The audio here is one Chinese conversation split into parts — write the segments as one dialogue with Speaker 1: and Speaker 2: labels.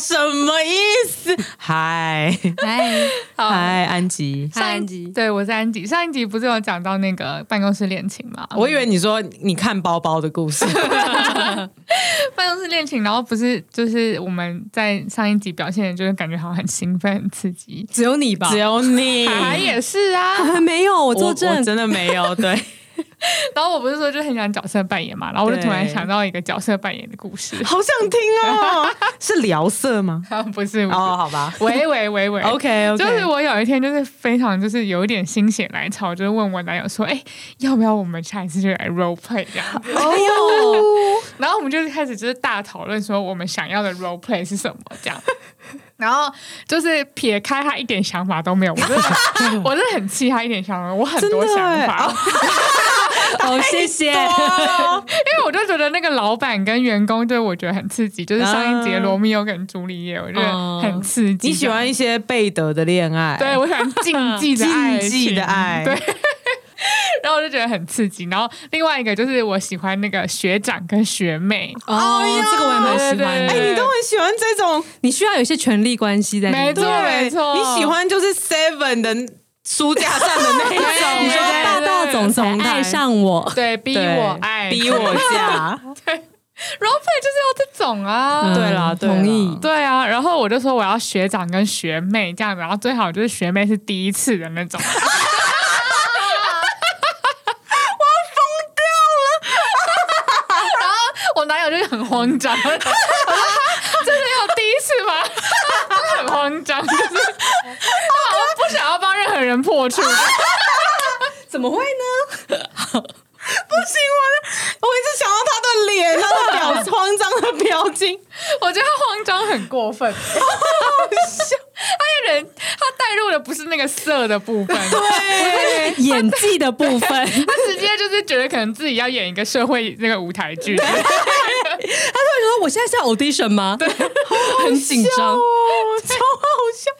Speaker 1: 什么意思？哦嗨
Speaker 2: 嗨，好，
Speaker 1: 嗨，安吉，
Speaker 2: 嗨安
Speaker 1: 吉，
Speaker 2: 对我是安吉。上一集不是有讲到那个办公室恋情吗？
Speaker 1: 我以为你说你看包包的故事，
Speaker 2: 办公室恋情，然后不是就是我们在上一集表现的，就是感觉好像很兴奋、很刺激。
Speaker 3: 只有你吧？
Speaker 1: 只有 你，
Speaker 2: 啊，也是啊。
Speaker 3: 啊没有，我
Speaker 1: 我
Speaker 3: 作证
Speaker 1: 我。真的没有。对，
Speaker 2: 然后我不是说就很想角色扮演嘛，然后我就突然想到一个角色扮演的故事。啊
Speaker 1: 好想听 哦，是聊色吗？
Speaker 2: 不是，不是
Speaker 1: 哦，好 吧
Speaker 2: 喂喂喂喂
Speaker 1: ，OK
Speaker 2: 就是
Speaker 1: OK，
Speaker 2: 我有一天就是非常就是有一点心血来潮，就是问我男友说，哎、要不要我们下一次就来 role play 这样子？
Speaker 3: 哎呦，
Speaker 2: 然后我们就开始就是大讨论说我们想要的 role play 是什么这样。 然后就是撇开他一点想法都没有，我真 的我真的很气他一点想法，我很多
Speaker 1: 真
Speaker 2: 想
Speaker 1: 的欸
Speaker 2: 法，
Speaker 1: 哦
Speaker 3: 好谢谢。
Speaker 2: 因为我就觉得那个老板跟员工对我觉得很刺激，就是上一节
Speaker 1: 啊嗯
Speaker 2: 罗密欧跟朱丽叶，我觉得
Speaker 3: 哦
Speaker 2: 很刺激。
Speaker 1: 你喜欢一些贝德的恋爱？
Speaker 2: 对，我喜 欢竞技的爱情
Speaker 1: 竞技的爱
Speaker 2: 对。然后我就觉得很刺激。然后另外一个就是我喜欢那个学长跟学妹，
Speaker 3: 哦，这个我也
Speaker 1: 哎
Speaker 3: 蛮喜
Speaker 2: 对
Speaker 3: 欢
Speaker 2: 对
Speaker 3: 的。哎
Speaker 2: 对
Speaker 1: 你都很喜欢这种，
Speaker 3: 你需要有一些权力关系在里
Speaker 2: 没
Speaker 3: 面。
Speaker 2: 错没错，
Speaker 1: 你喜欢就是 Seven 的书架上的那
Speaker 2: 对
Speaker 1: 一种，
Speaker 3: 你说
Speaker 2: 对
Speaker 3: 霸道总裁
Speaker 1: 哎
Speaker 3: 爱上我，
Speaker 2: 对逼
Speaker 1: 对
Speaker 2: 我爱
Speaker 1: 哎 逼我嫁。
Speaker 2: 然后配就是要这种啊。
Speaker 3: 嗯
Speaker 1: 对啦对啦
Speaker 3: 同意。
Speaker 2: 对啊，然后我就说我要学长跟学妹这样子，然后最好就是学妹是第一次的那 种。我要疯掉了！然后我男友就是很慌张， 我说真的有第一次吗？ 他很慌张，就是他好像不想要帮任何人破处。
Speaker 3: 怎么会 呢？
Speaker 1: 不行，我我一直想到他的脸，他的表慌张的表情，
Speaker 2: 我觉得他慌张很过分，他有点他带入的不是那个色的部分，
Speaker 1: 啊对，
Speaker 3: 演技的部 分，
Speaker 2: 他直接就是觉得可能自己要演一个社会那个舞台剧，
Speaker 3: 他突然说：“我现在是要 audition 吗？”对， 很紧张。
Speaker 1: 哦超好笑。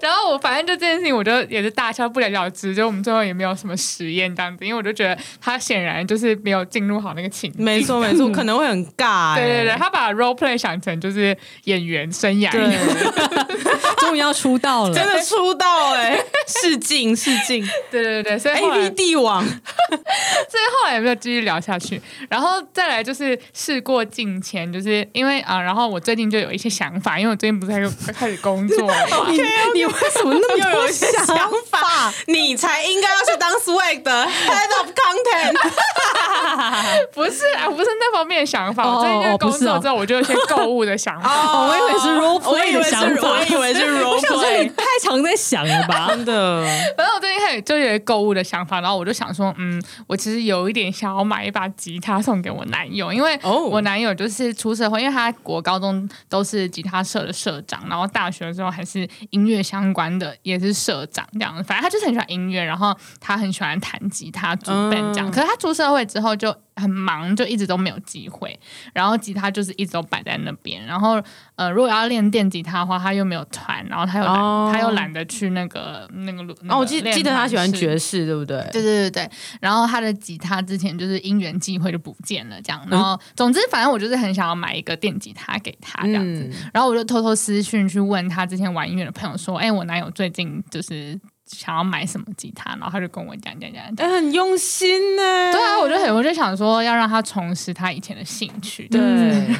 Speaker 2: 然后我反正就这件事情，我就也是大笑不了了之，就我们最后也没有什么实验这样子，因为我就觉得他显然就是没有进入好那个情境。
Speaker 1: 没错没错，可能会很尬、欸。
Speaker 2: 对对对，他把 role play 想成就是演员生涯，
Speaker 1: 对，
Speaker 3: 终于要出道了，
Speaker 1: 真的出道哎、试镜试镜 哎
Speaker 2: 对对对，所以后
Speaker 1: ，A
Speaker 2: 来
Speaker 1: P 帝王，
Speaker 2: 所以后来也没有继续聊下去。然后再来就是事过境迁，就是因为啊、然后我最近就有一些想法，因为我最近不是开开始工作了 嘛，
Speaker 3: 你你为什么那么
Speaker 1: 啊又有
Speaker 3: 多
Speaker 1: 一些想
Speaker 3: 想？
Speaker 1: 法，你才应该要去当 Swag 的 Head of Content。
Speaker 2: 不是啊，不是那方面的想法。
Speaker 3: 哦
Speaker 2: 我最近就是
Speaker 3: 哦
Speaker 2: 工
Speaker 3: 不是
Speaker 2: 作
Speaker 3: 哦
Speaker 2: 之后，我就有一些购物的想法。
Speaker 1: 哦
Speaker 3: 我以为是 role
Speaker 1: 我
Speaker 3: play
Speaker 1: 以为
Speaker 3: 的
Speaker 1: 是
Speaker 3: 想法，
Speaker 1: 我以为是 role
Speaker 3: 我想说你
Speaker 1: play，
Speaker 3: 太常在想了吧？
Speaker 1: 真的。
Speaker 2: 反正我最近开始就有一些购物的想法，然后我就想说，嗯，我其实有一点想要买一把吉他送给我男友，因为
Speaker 1: 哦
Speaker 2: 我男友就是出社会，因为他国高中都是吉他社的社长，然后大学的时候还是音乐相关的，也是社长这样。反正他就是很喜欢音乐，然后他很喜欢弹吉他、主
Speaker 1: 嗯
Speaker 2: band 这样。可是他出社会之后就很忙，就一直都没有机会。然后吉他就是一直都摆在那边。然后呃，如果要练电吉他的话，他又没有团，然后他又懒，
Speaker 1: 哦
Speaker 2: 他又懒得去那个那个路。那个
Speaker 1: 哦，我记记得他喜欢
Speaker 2: 练团
Speaker 1: 爵士，对不对？
Speaker 2: 对对对对，然后他的吉他之前就是因缘际会就不见了，这
Speaker 1: 嗯
Speaker 2: 样。然后总之，反正我就是很想要买一个电吉他给他这样子。
Speaker 1: 嗯
Speaker 2: 然后我就偷偷私讯去问他之前玩音乐的朋友说：“哎、我男友最近就是想要买什么吉他？”然后他就跟我讲讲讲讲。
Speaker 1: 哎，很用心呢。
Speaker 2: 对啊，我就很我就想说要让他重拾他以前的兴趣。
Speaker 1: 对，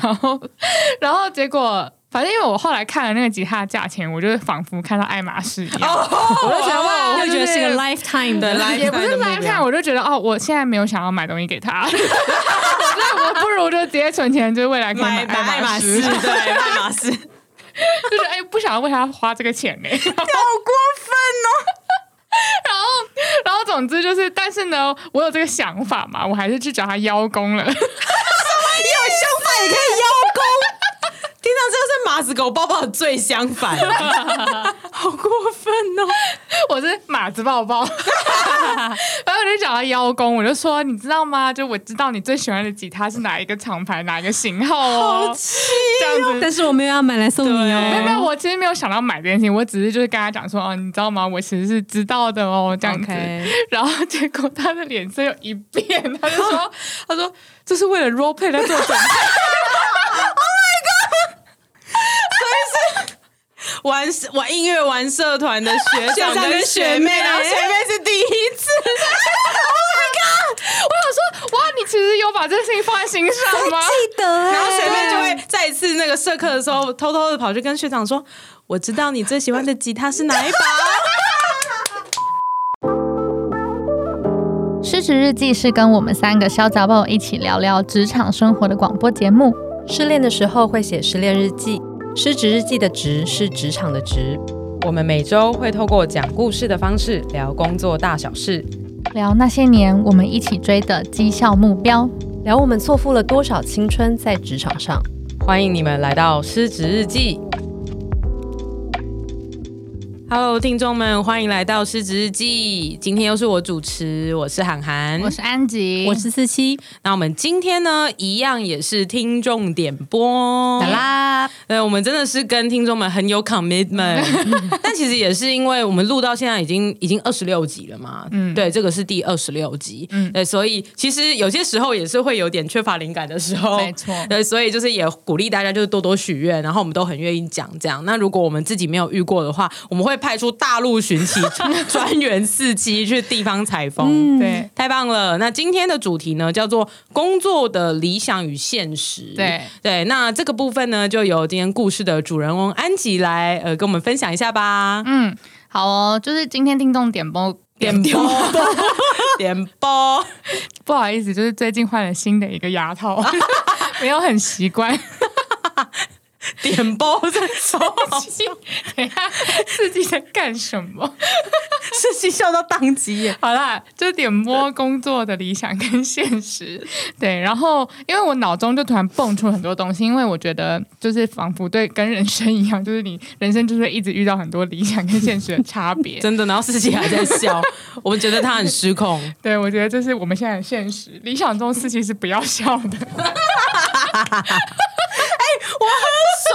Speaker 2: 然后， 然后结果，反正因为我后来看了那个吉他的价钱，我就仿佛看到爱马仕一样。
Speaker 1: 我就
Speaker 2: 想问我
Speaker 3: 我会觉得是
Speaker 2: 就是
Speaker 3: 个 lifetime
Speaker 1: 对
Speaker 3: 的
Speaker 1: lifetime
Speaker 2: 也不是
Speaker 1: 的目
Speaker 2: 来看，
Speaker 1: 标
Speaker 2: 我就觉得哦，我现在没有想要买东西给他， 那我不如就直接存钱，就是未来可以
Speaker 1: 买
Speaker 2: 爱
Speaker 1: 爱马
Speaker 2: 仕，
Speaker 1: 仕，
Speaker 2: 就
Speaker 1: 对，爱马 仕。
Speaker 2: 是哎，不想要为他花这个钱呢、 然后，总之就是，但是呢，我有这个想法嘛，我还是去找他邀功了。
Speaker 1: 有想法也可以邀功。听到这是马子狗抱抱最相反， 好过分哦！
Speaker 2: 我是马子抱抱， 然后我就讲到邀功，我就说你知道吗？就我知道你最喜欢的吉他是哪一个厂牌，哪一个型号哦，这样子。
Speaker 3: 但是我没有要买来送你
Speaker 2: 没有没有，
Speaker 3: 哦。
Speaker 2: 我其实没有想到买这件事情，我只是就是跟他讲说，哦，你知道吗？我其实是知道的哦，这样子。
Speaker 3: OK
Speaker 2: 然后结果他的脸色又一变，他就说，他说这是为了 role play 在做 准备。
Speaker 1: Oh 玩玩音乐玩社团的学
Speaker 3: 学
Speaker 1: 长
Speaker 3: 长
Speaker 1: 跟
Speaker 3: 跟
Speaker 1: 学
Speaker 3: 学
Speaker 1: 妹，
Speaker 3: 妹
Speaker 1: 然后学妹是第一次，
Speaker 2: 我想说，哇，你其实有把这件事情放在心上吗？
Speaker 3: 记得哎，
Speaker 1: 然后学妹就会再一次那个社课的时候，偷偷的跑去跟学长说：“我知道你最喜欢的吉他是哪一把。
Speaker 4: 失职日记是跟我们三个小杂宝一起聊聊职场生活的广播节目。
Speaker 3: 失恋的时候会写失恋日记，失职日记的职是职场的职。
Speaker 5: 我们每周会透过讲故事的方式聊工作大小事，
Speaker 4: 聊那些年我们一起追的绩效目标。
Speaker 3: 聊我们错付了多少青春在职场上。
Speaker 5: 欢迎你们来到失职日记。”
Speaker 1: Hello，听众们，欢迎来到《失职日记》，今天又是我主持，我是涵涵，
Speaker 4: 我是安吉，
Speaker 3: 嗯我是四七，
Speaker 1: 那我们今天呢，一样也是听众点播
Speaker 3: 哒啦，
Speaker 1: 对，我们真的是跟听众们很有 commitment，但其实也是因为我们录到现在已经已经二十六集了嘛，嗯，对，这个是第二十六集，嗯，对，所以其实有些时候也是会有点缺乏灵感的时候，
Speaker 2: 没错
Speaker 1: 对，所以就是也鼓励大家就是多多许愿，然后我们都很愿意讲这样。那如果我们自己没有遇过的话，我们会派出大陆寻奇专员四期去地方采风，
Speaker 2: 对
Speaker 1: 太棒了！那今天的主题呢，叫做工作的理想与现实。
Speaker 2: 对
Speaker 1: 对，那这个部分呢，就由今天故事的主人翁安吉来呃跟我们分享一下吧。
Speaker 2: 嗯，好哦，就是今天听众点播。
Speaker 1: 点播， 点播，
Speaker 2: 不好意思，就是最近换了新的一个牙套， 没有很习惯。
Speaker 1: 点播，这 手
Speaker 2: 等一下自己在干什么？
Speaker 1: 是己笑到宕机耶！
Speaker 2: 好啦，就点播工作的理想跟现实。 对，然后因为我脑中就突然蹦出很多东西，因为我觉得就是仿佛对跟人生一样，就是你人生就是会一直遇到很多理想跟现实的差 别。
Speaker 1: 真的，然后四期还在 笑，我们觉得他很失控。
Speaker 2: 对，我觉得这是我们现在的现实。理想中事情是不要笑的。
Speaker 1: 我喝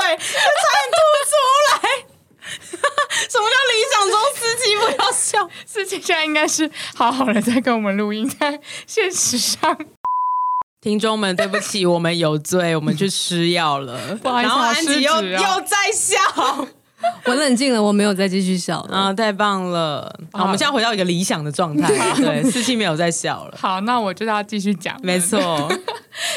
Speaker 1: 水，就差点吐出来。 什么叫理想中司机不要笑？
Speaker 2: 事情现在应该是好好的在跟我们录音，在现实上
Speaker 1: 听众们，对不起，我们有罪，我们去吃药了。
Speaker 2: 不好意思
Speaker 1: 然后
Speaker 2: 好
Speaker 1: 安
Speaker 2: 失
Speaker 1: 吉又、
Speaker 2: 职哦
Speaker 1: 又在笑，
Speaker 3: 我冷静了，我没有再继续笑了。
Speaker 1: 啊，太棒了！好，我们现在回到一个理想的状态，对，四期没有在笑了。
Speaker 2: 好，那我就要继续讲了，
Speaker 1: 没错，
Speaker 2: 嗯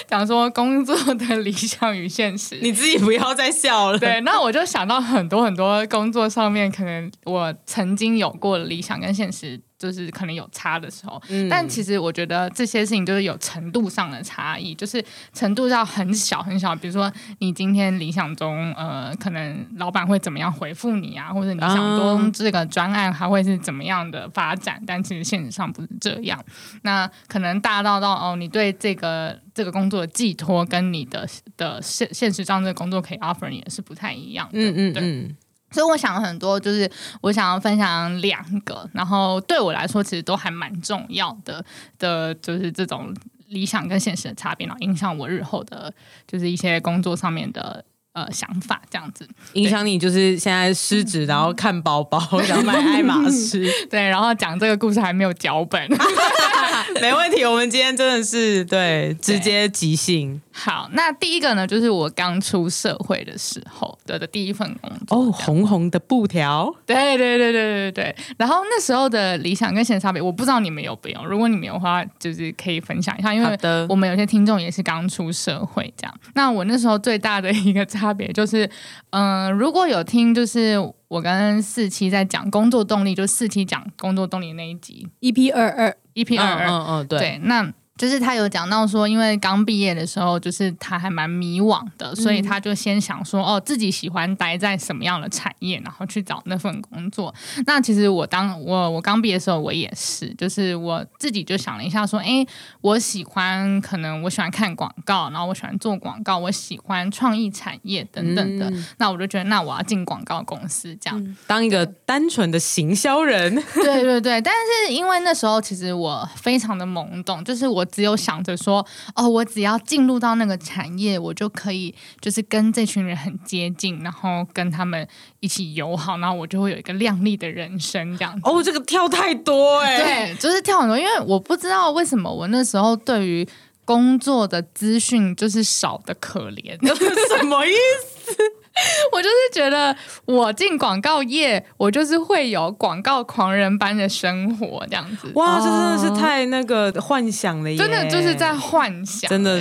Speaker 2: 讲说工作的理想与现实。
Speaker 1: 你自己不要再笑了。
Speaker 2: 对，那我就想到很多很多工作上面，可能我曾经有过的理想跟现实，就是可能有差的时候。但其实我觉得这些事情就是有程度上的差异，就是程度要很小很小，比如说你今天理想中，呃，可能老板会怎么样回复你啊，或者你想中这个专案还会是怎么样的发展，但其实现实上不是这样。那可能大到到哦，你对这个这个工作的寄托跟你的的现现实上这个工作可以 offer 你的是不太一样的。
Speaker 1: 嗯嗯
Speaker 2: 对
Speaker 1: 嗯，
Speaker 2: 所以我想了很多，就是我想要分享两个，然后对我来说其实都还蛮重要的的，就是这种理想跟现实的差别，然后影响我日后的，就是一些工作上面的呃想法这样子。
Speaker 1: 影响你就是现在失职，然后看包包，然后买爱马 仕，
Speaker 2: 对，然后讲这个故事还没有脚本。
Speaker 1: 没问题。我们今天真的是对直接即兴
Speaker 2: 好，那第一个呢，就是我刚出社会的时候的的第一份工作。
Speaker 1: 哦，红红的布条，
Speaker 2: 对对对对对对。然后那时候的理想跟现实差别，我不知道你们有没有。如果你们有的话，就是可以分享一下，因
Speaker 1: 好
Speaker 2: 为
Speaker 1: 的
Speaker 2: 我们有些听众也是刚出社会这样。那我那时候最大的一个差别就是，嗯、如果有听就是。我跟四七在讲工作动力，就四七讲工作动力那一集
Speaker 3: EP E 二二，
Speaker 2: EP
Speaker 1: 嗯
Speaker 2: 二二、
Speaker 1: 嗯嗯，对，
Speaker 2: 那就是他有讲到说，因为刚毕业的时候，就是他还蛮迷惘的，所以他就先想说，哦，自己喜欢待在什么样的产业，然后去找那份工作。那其实我当我我刚毕业的时候，我也是，就是我自己就想了一下，说，哎，我喜欢，可能我喜欢看广告，然后我喜欢做广告，我喜欢创意产业等等的。那我就觉得，那我要进广告公司这样。
Speaker 1: 当一个单纯的行销人，
Speaker 2: 对对对，但是因为那时候其实我非常的懵懂，就是我只有想着说，哦，我只要进入到那个产业，我就可以就是跟这群人很接近，然后跟他们一起友好，然后我就会有一个亮丽的人生这样子。
Speaker 1: 哦，这个跳太多哎、
Speaker 2: 对，就是跳很多，因为我不知道为什么我那时候对于工作的资讯就是少的可怜，
Speaker 1: 什么意思？
Speaker 2: 我就是觉得我进广告业，我就是会有广告狂人般的生活这样子。
Speaker 1: 哇，这真的是太那个幻想了耶！
Speaker 2: 哦真的就是在幻想、
Speaker 1: 真
Speaker 2: 欸。
Speaker 1: 的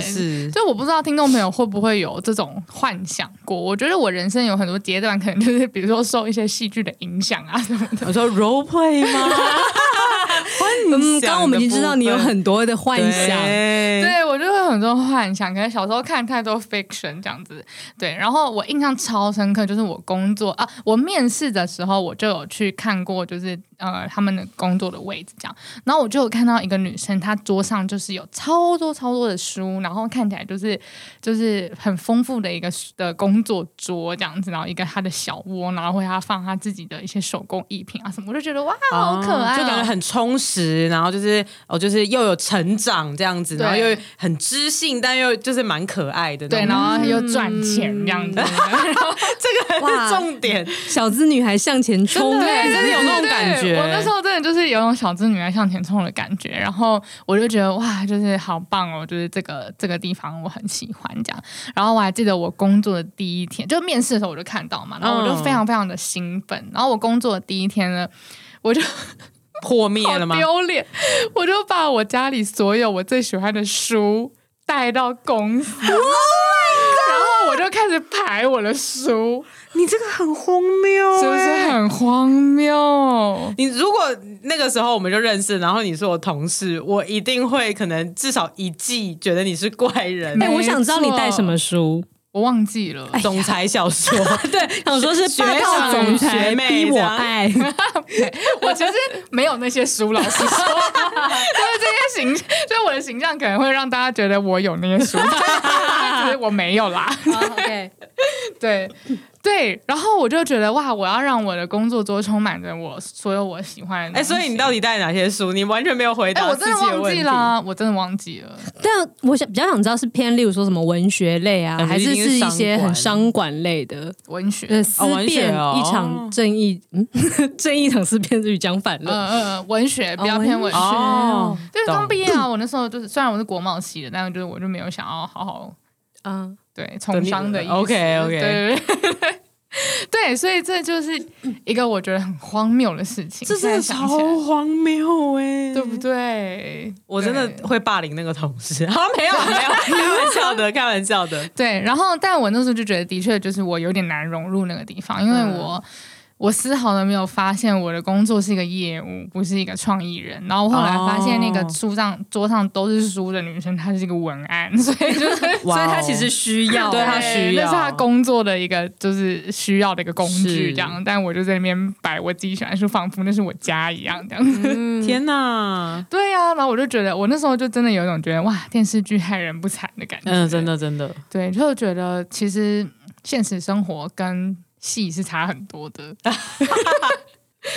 Speaker 1: 是
Speaker 2: 就我不知道听众朋友会不会有这种幻想过？我觉得我人生有很多阶段，可能就是比如说受一些戏剧的影响啊什么的。
Speaker 1: 我说 role play 吗？
Speaker 3: 嗯，刚刚我们已经知道你有很多的幻想，
Speaker 1: 对，
Speaker 2: 对我就会有很多幻想，可能小时候看太多 fiction 这样子。对，然后我印象超深刻，就是我工作啊，我面试的时候我就有去看过，就是呃他们的工作的位置这样。然后我就有看到一个女生，她桌上就是有超多超多的书，然后看起来就是就是很丰富的一个的工作桌这样子，然后一个她的小窝，然后会她放她自己的一些手工艺品啊什么，我就觉得哇，好可爱、哦
Speaker 1: 就感觉很充实，然后就是哦，就是又有成长这样子，
Speaker 2: 对
Speaker 1: 然后又很知性，但又就是蛮可爱的那
Speaker 2: 对，
Speaker 1: 种。
Speaker 2: 然后又赚钱这样子， 然后
Speaker 1: 这个
Speaker 3: 哇
Speaker 1: 是重点，
Speaker 3: 小资女孩向前冲，
Speaker 1: 对，真的有那种感
Speaker 2: 对
Speaker 1: 觉。
Speaker 2: 我那时候真的就是有种小资女孩向前冲的感觉，然后我就觉得哇，就是好棒哦，就是这个这个地方我很喜欢这样。然后我还记得我工作的第一天，就面试的时候我就看到嘛，然后我就
Speaker 1: 嗯
Speaker 2: 非常非常的兴奋。然后我工作的第一天呢，我就
Speaker 1: 破灭
Speaker 2: 好
Speaker 1: 了吗？
Speaker 2: 丢脸，我就把我家里所有我最喜欢的书带到公司。
Speaker 1: Oh
Speaker 2: 然后我就开始排我的书，
Speaker 1: 你这个很荒谬、
Speaker 2: 是不是
Speaker 1: 欸
Speaker 2: 很荒谬？
Speaker 1: 你如果那个时候我们就认识，然后你是我同事，我一定会可能至少一季觉得你是怪人，
Speaker 3: 哎，我想知道你带什么书，
Speaker 2: 我忘记了，
Speaker 1: 总裁小 说，对，
Speaker 3: 想说是霸道总裁
Speaker 1: 学妹
Speaker 3: 逼我 爱，
Speaker 2: 我其实没有那些书，老师说， 就是这些形，就是我的形象可能会让大家觉得我有那些书，但其实我没有啦。
Speaker 3: 哦 OK，
Speaker 2: 对对，然后我就觉得哇，我要让我的工作桌充满着我所有我喜欢的东
Speaker 1: 哎、
Speaker 2: 西。
Speaker 1: 所以你到底带哪些书？你完全没有回
Speaker 2: 哎，
Speaker 1: 答
Speaker 2: 我
Speaker 1: 自
Speaker 2: 真的
Speaker 1: 己
Speaker 2: 忘
Speaker 1: 问
Speaker 2: 记
Speaker 1: 题。
Speaker 2: 了，啊我真的忘记了。
Speaker 3: 但我想比较想知道是偏，例如说什么文学类啊，
Speaker 1: 感觉
Speaker 3: 还是
Speaker 1: 一定
Speaker 3: 是
Speaker 1: 是
Speaker 3: 一些很
Speaker 1: 商
Speaker 3: 商管类的？
Speaker 2: 文学，
Speaker 3: 呃，
Speaker 2: 嗯
Speaker 3: 思
Speaker 1: 文学
Speaker 3: 辨、
Speaker 1: 哦
Speaker 3: 一场正义，嗯， 正义一场思辨日语讲反了。
Speaker 2: 嗯嗯，文学比较
Speaker 3: 哦
Speaker 2: 偏文
Speaker 3: 文
Speaker 2: 学。
Speaker 3: 学
Speaker 1: 哦，
Speaker 2: 就是刚
Speaker 1: 懂
Speaker 2: 毕业啊，我那时候就是虽然我是国贸系的，但是就是我就没有想要好好
Speaker 3: 嗯，
Speaker 2: 对从商的意思。
Speaker 1: OK，OK
Speaker 2: 对对对 对，所以这就是一个我觉得很荒谬的事情。
Speaker 1: 这真的
Speaker 2: 现在
Speaker 1: 超
Speaker 2: 想起来
Speaker 1: 荒谬哎、
Speaker 2: 对不对？
Speaker 1: 我真
Speaker 2: 对
Speaker 1: 的会霸凌那个同事。好，啊没 有没有，开玩笑的，开玩笑的。
Speaker 2: 对，然后但我那时候就觉得，的确就是我有点难融入那个地方，因
Speaker 1: 嗯
Speaker 2: 为我、我丝毫的没有发现我的工作是一个业务，不是一个创意人。然后后来发现那个
Speaker 1: 哦
Speaker 2: 书上、桌上都是书的女生，她是一个文案，所以就是
Speaker 1: 哇
Speaker 3: 所以
Speaker 1: 哦
Speaker 3: 他其实需要，
Speaker 1: 对他
Speaker 2: 她
Speaker 1: 需要
Speaker 2: 那是她工作的一个就是需要的一个工具
Speaker 1: 是
Speaker 2: 这样。但我就在那边摆我自己喜欢的书，仿佛那是我家一样这样 子。
Speaker 1: 天哪，
Speaker 2: 对呀、然后我就觉得，我那时候就真的有一种觉得哇，电视剧害人不惨的感觉。
Speaker 1: 嗯，真的真的，
Speaker 2: 对，就觉得其实现实生活跟戏是差很多 的。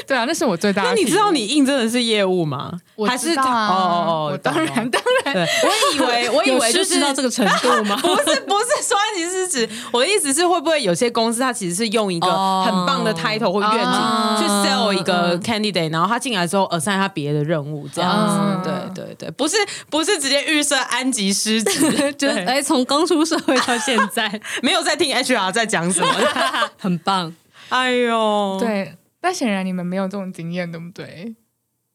Speaker 2: 对啊，那是我最大的
Speaker 1: 那
Speaker 2: 体悟。
Speaker 1: 你知道你应征的是业务吗？
Speaker 2: 我
Speaker 1: 还
Speaker 2: 知
Speaker 1: 是
Speaker 2: 道啊？
Speaker 1: 哦哦哦，
Speaker 2: 我
Speaker 1: 懂
Speaker 2: 当然
Speaker 1: 懂
Speaker 2: 当然
Speaker 1: 对，我以为我以为就
Speaker 3: 有
Speaker 1: 是
Speaker 3: 知道这个程度 吗？
Speaker 1: 不是不是说你是指我的意思是会不会有些公司它其实是用一个
Speaker 3: 哦
Speaker 1: 很棒的 title 或愿景、
Speaker 2: 啊
Speaker 1: 去 sell 一个 candidate，然后他进来之后 assign 他别的任务这样子，
Speaker 2: 啊
Speaker 1: 对对对，不是不是直接预设安吉失职，
Speaker 3: 就
Speaker 1: 对
Speaker 3: 哎，从刚出社会到现 在，
Speaker 1: 没有在听 HR 在讲什么，
Speaker 3: 很棒。
Speaker 1: 哎呦，，
Speaker 2: 对。但显然你们没有这种经验，对不对？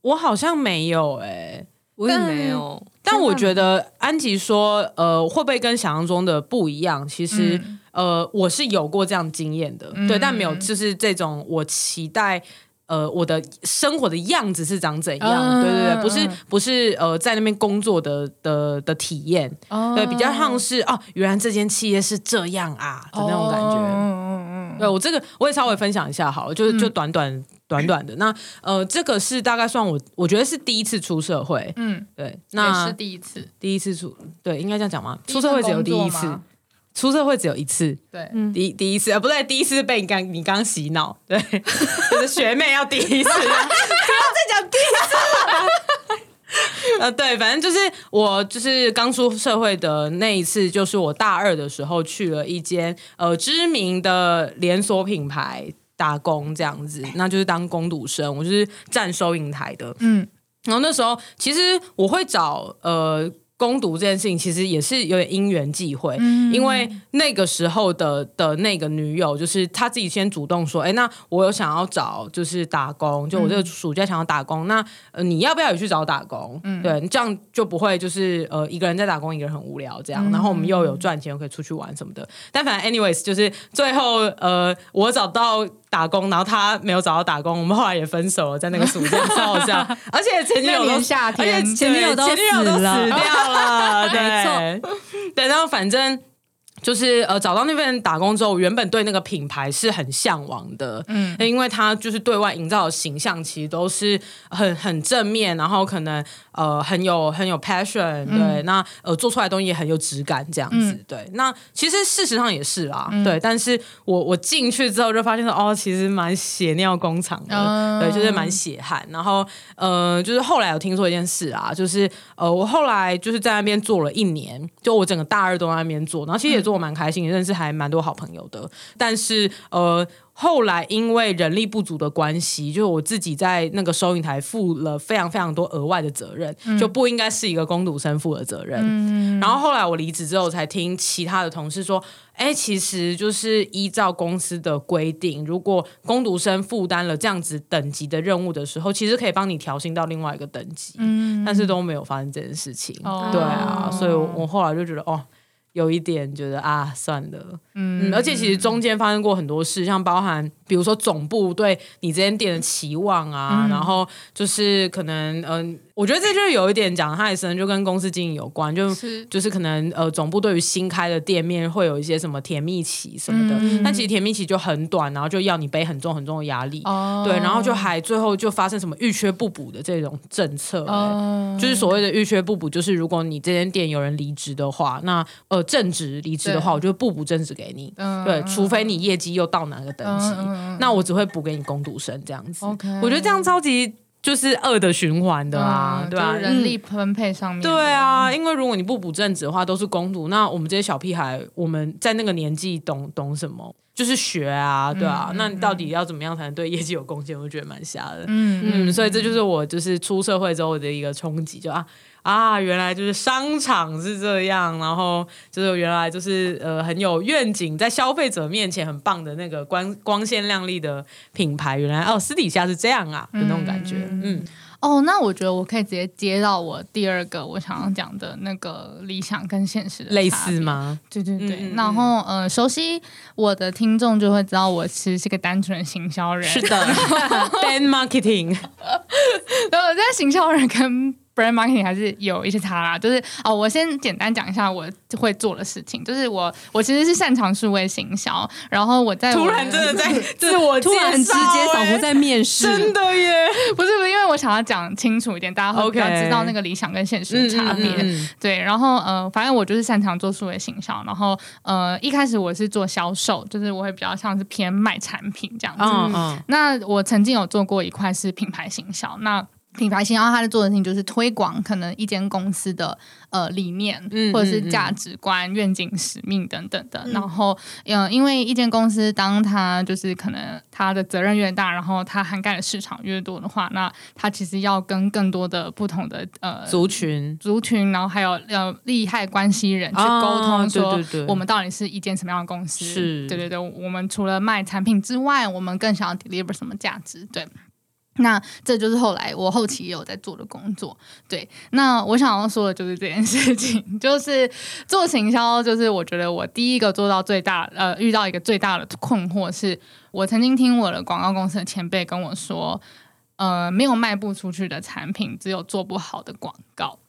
Speaker 1: 我好像没有哎、
Speaker 3: 我也没有，
Speaker 1: 但我觉得安吉说，呃，会不会跟想象中的不一样？其实，呃，我是有过这样经验的，
Speaker 2: 嗯
Speaker 1: 对，但没有就是这种我期待。呃我的生活的样子是长怎样，
Speaker 2: 嗯
Speaker 1: 对对对，不是
Speaker 2: 嗯
Speaker 1: 不是呃在那边工作的的的体验，
Speaker 2: 哦
Speaker 1: 对，比较像是哦，原来这间企业是这样啊的那种感觉。
Speaker 2: 嗯嗯嗯
Speaker 1: 对我这个我也稍微分享一下好了，就是就短短、短短的。那呃，这个是大概算我我觉得是第一次出社会，
Speaker 2: 嗯，
Speaker 1: 对，
Speaker 2: 那
Speaker 1: 那
Speaker 2: 是第一次
Speaker 1: 第一次出对应该这样讲吗？
Speaker 2: 第一
Speaker 1: 出
Speaker 2: 份
Speaker 1: 社会只有第一
Speaker 2: 工作
Speaker 1: 次
Speaker 2: 吗，
Speaker 1: 出社会只有一次。
Speaker 2: 对，
Speaker 1: 第一第一次啊，不对，第一次被你刚你刚洗脑，对， 我的学妹要第一次， 不要再讲第一次了。 呃，对，反正就是我就是刚出社会的那一次，就是我大二的时候去了一间呃知名的连锁品牌打工，这样子，那就是当工读生，我就是站收银台的。
Speaker 2: 嗯，
Speaker 1: 然后那时候其实我会找呃攻读这件事情，其实也是有点因缘际会，
Speaker 2: 嗯
Speaker 1: 因为那个时候的的那个女友，就是她自己先主动说，哎，那我有想要找就是打工，就我这个暑假想要打工，那、呃、你要不要也去找打工？对，这样就不会就是呃一个人在打工，一个人很无聊这样，然后我们又有赚钱，又可以出去玩什么的。但反正 anyways，就是最后呃我找到。打工，然后他没有找到打工，我们后来也分手了，在那个暑假，超好笑。而且前女友
Speaker 2: 那
Speaker 1: 都
Speaker 2: 年夏天
Speaker 1: 而且
Speaker 3: 前女友都
Speaker 1: 前女友都
Speaker 3: 死
Speaker 1: 死
Speaker 3: 了
Speaker 1: 掉了，
Speaker 3: 没
Speaker 1: 对，对，然后反正。就是呃，找到那份打工之后，我原本对那个品牌是很向往的，嗯，因为它就是对外营造的形象其实都是很很正面，然后可能呃很有很有 passion，对，
Speaker 3: 嗯
Speaker 1: 那呃做出来的东西也很有质感这样子，对。那其实事实上也是啦，
Speaker 3: 嗯
Speaker 1: 对。但是我我进去之后就发现说，哦，其实蛮血尿工厂的，
Speaker 2: 嗯
Speaker 1: 对，就是蛮血汗。然后呃，就是后来有听说一件事啊，就是呃，我后来就是在那边做了一年，就我整个大二都在那边做，然后其实也做的蛮开心，也认识还蛮多好朋友的。但是呃，后来因为人力不足的关系，就是我自己在那个收银台负了非常非常多额外的责任，就不应该是一个工读生负的责任。然后后来我离职之后，才听其他的同事说，哎，其实就是依照公司的规定，如果工读生负担了这样子等级的任务的时候，其实可以帮你调薪到另外一个等级，但是都没有发生这件事情。
Speaker 2: 嗯哦
Speaker 1: 对啊，所以我我后来就觉得，哦，有一点觉得啊，算了。嗯，而且其实中间发生过很多事，像包含比如说总部对你这间店的期望啊，然后就是可能嗯、我觉得这就是有一点讲太深，就跟公司经营有关，就是就是可能呃总部对于新开的店面会有一些什么甜蜜期什么的，
Speaker 2: 嗯
Speaker 1: 但其实甜蜜期就很短，然后就要你背很重很重的压力，
Speaker 2: 哦
Speaker 1: 对，然后就还最后就发生什么预缺不补的这种政策、欸
Speaker 2: 哦
Speaker 1: 就是所谓的预缺不补，就是如果你这间店有人离职的话，那呃正职离职的话，
Speaker 2: 对
Speaker 1: 我就不补正职给你。
Speaker 2: 嗯
Speaker 1: 对，除非你业绩又到哪个等级，
Speaker 2: 嗯嗯嗯
Speaker 1: 那我只会补给你工读生这样子。
Speaker 2: OK
Speaker 1: 我觉得这样超级就是恶的循环的啊，
Speaker 2: 嗯
Speaker 1: 对吧、
Speaker 2: 就是人力分配上面，嗯
Speaker 1: 对，啊，因为如果你不补正职的话，都是公读。那我们这些小屁孩，我们在那个年纪懂懂什么？就是学啊，对啊。那你到底要怎么样才能对业绩有贡献？我觉得蛮瞎的。
Speaker 2: 嗯嗯
Speaker 1: 嗯，所以这就是我就是出社会之后的一个冲击，就啊啊，原来就是商场是这样，然后就是原来就是呃很有愿景，在消费者面前很棒的那个光光鲜亮丽的品牌，原来哦私底下是这样啊的那种感觉。嗯
Speaker 2: 哦，那我觉得我可以直接接到我第二个我想要讲的那个理想跟现实的
Speaker 1: 类
Speaker 2: 差
Speaker 1: 似
Speaker 2: 别
Speaker 1: 吗？
Speaker 2: 对对对，
Speaker 1: 嗯嗯嗯
Speaker 2: 然后呃，熟悉我的听众就会知道我其实是个单纯的行销 人，
Speaker 1: 是的，Dan Marketing。
Speaker 2: 然后我在行销人跟 brand marketing 还是有一些差啦。就是哦，我先简单讲一下我会做的事情，就是我我其实是擅长数位行销，然后我在我
Speaker 1: 突然真的在自我介
Speaker 3: 突
Speaker 1: 绍
Speaker 3: 然之间
Speaker 1: 欸
Speaker 3: 仿佛在面 试，
Speaker 1: 真的耶。
Speaker 2: 不是不是，因为我想要讲清楚一点，大家会比较
Speaker 1: OK 嗯
Speaker 2: 知道那个理想跟现实的差别。对，然后呃，反正我就是擅长做数位行销，然后呃，一开始我是做销售，就是我会比较像是偏卖产品这样子。
Speaker 1: 嗯嗯
Speaker 2: 那我曾经有做过一块是品牌行销，那。品牌行销，它在做的事情就是推广可能一间公司的呃理念，
Speaker 1: 嗯
Speaker 2: 或者是价值观、愿景、使命等等的。然后，嗯、因为一间公司，当它就是可能它的责任越大，然后它涵盖的市场越多的话，那它其实要跟更多的不同的呃
Speaker 1: 族群
Speaker 2: 族群，然后还有呃利害关系人去
Speaker 1: 啊
Speaker 2: 沟通，
Speaker 1: 对
Speaker 2: 说
Speaker 1: 对对
Speaker 2: 我们到底是一间什么样的公司？
Speaker 1: 是
Speaker 2: 对对对，我们除了卖产品之外，我们更想要 deliver 什么价值？对。那这就是后来我后期也有在做的工作，对。那我想要说的就是这件事情，就是做行销，就是我觉得我第一个做到最大，呃，遇到一个最大的困惑是，我曾经听我的广告公司的前辈跟我说，呃，没有卖不出去的产品，只有做不好的广告。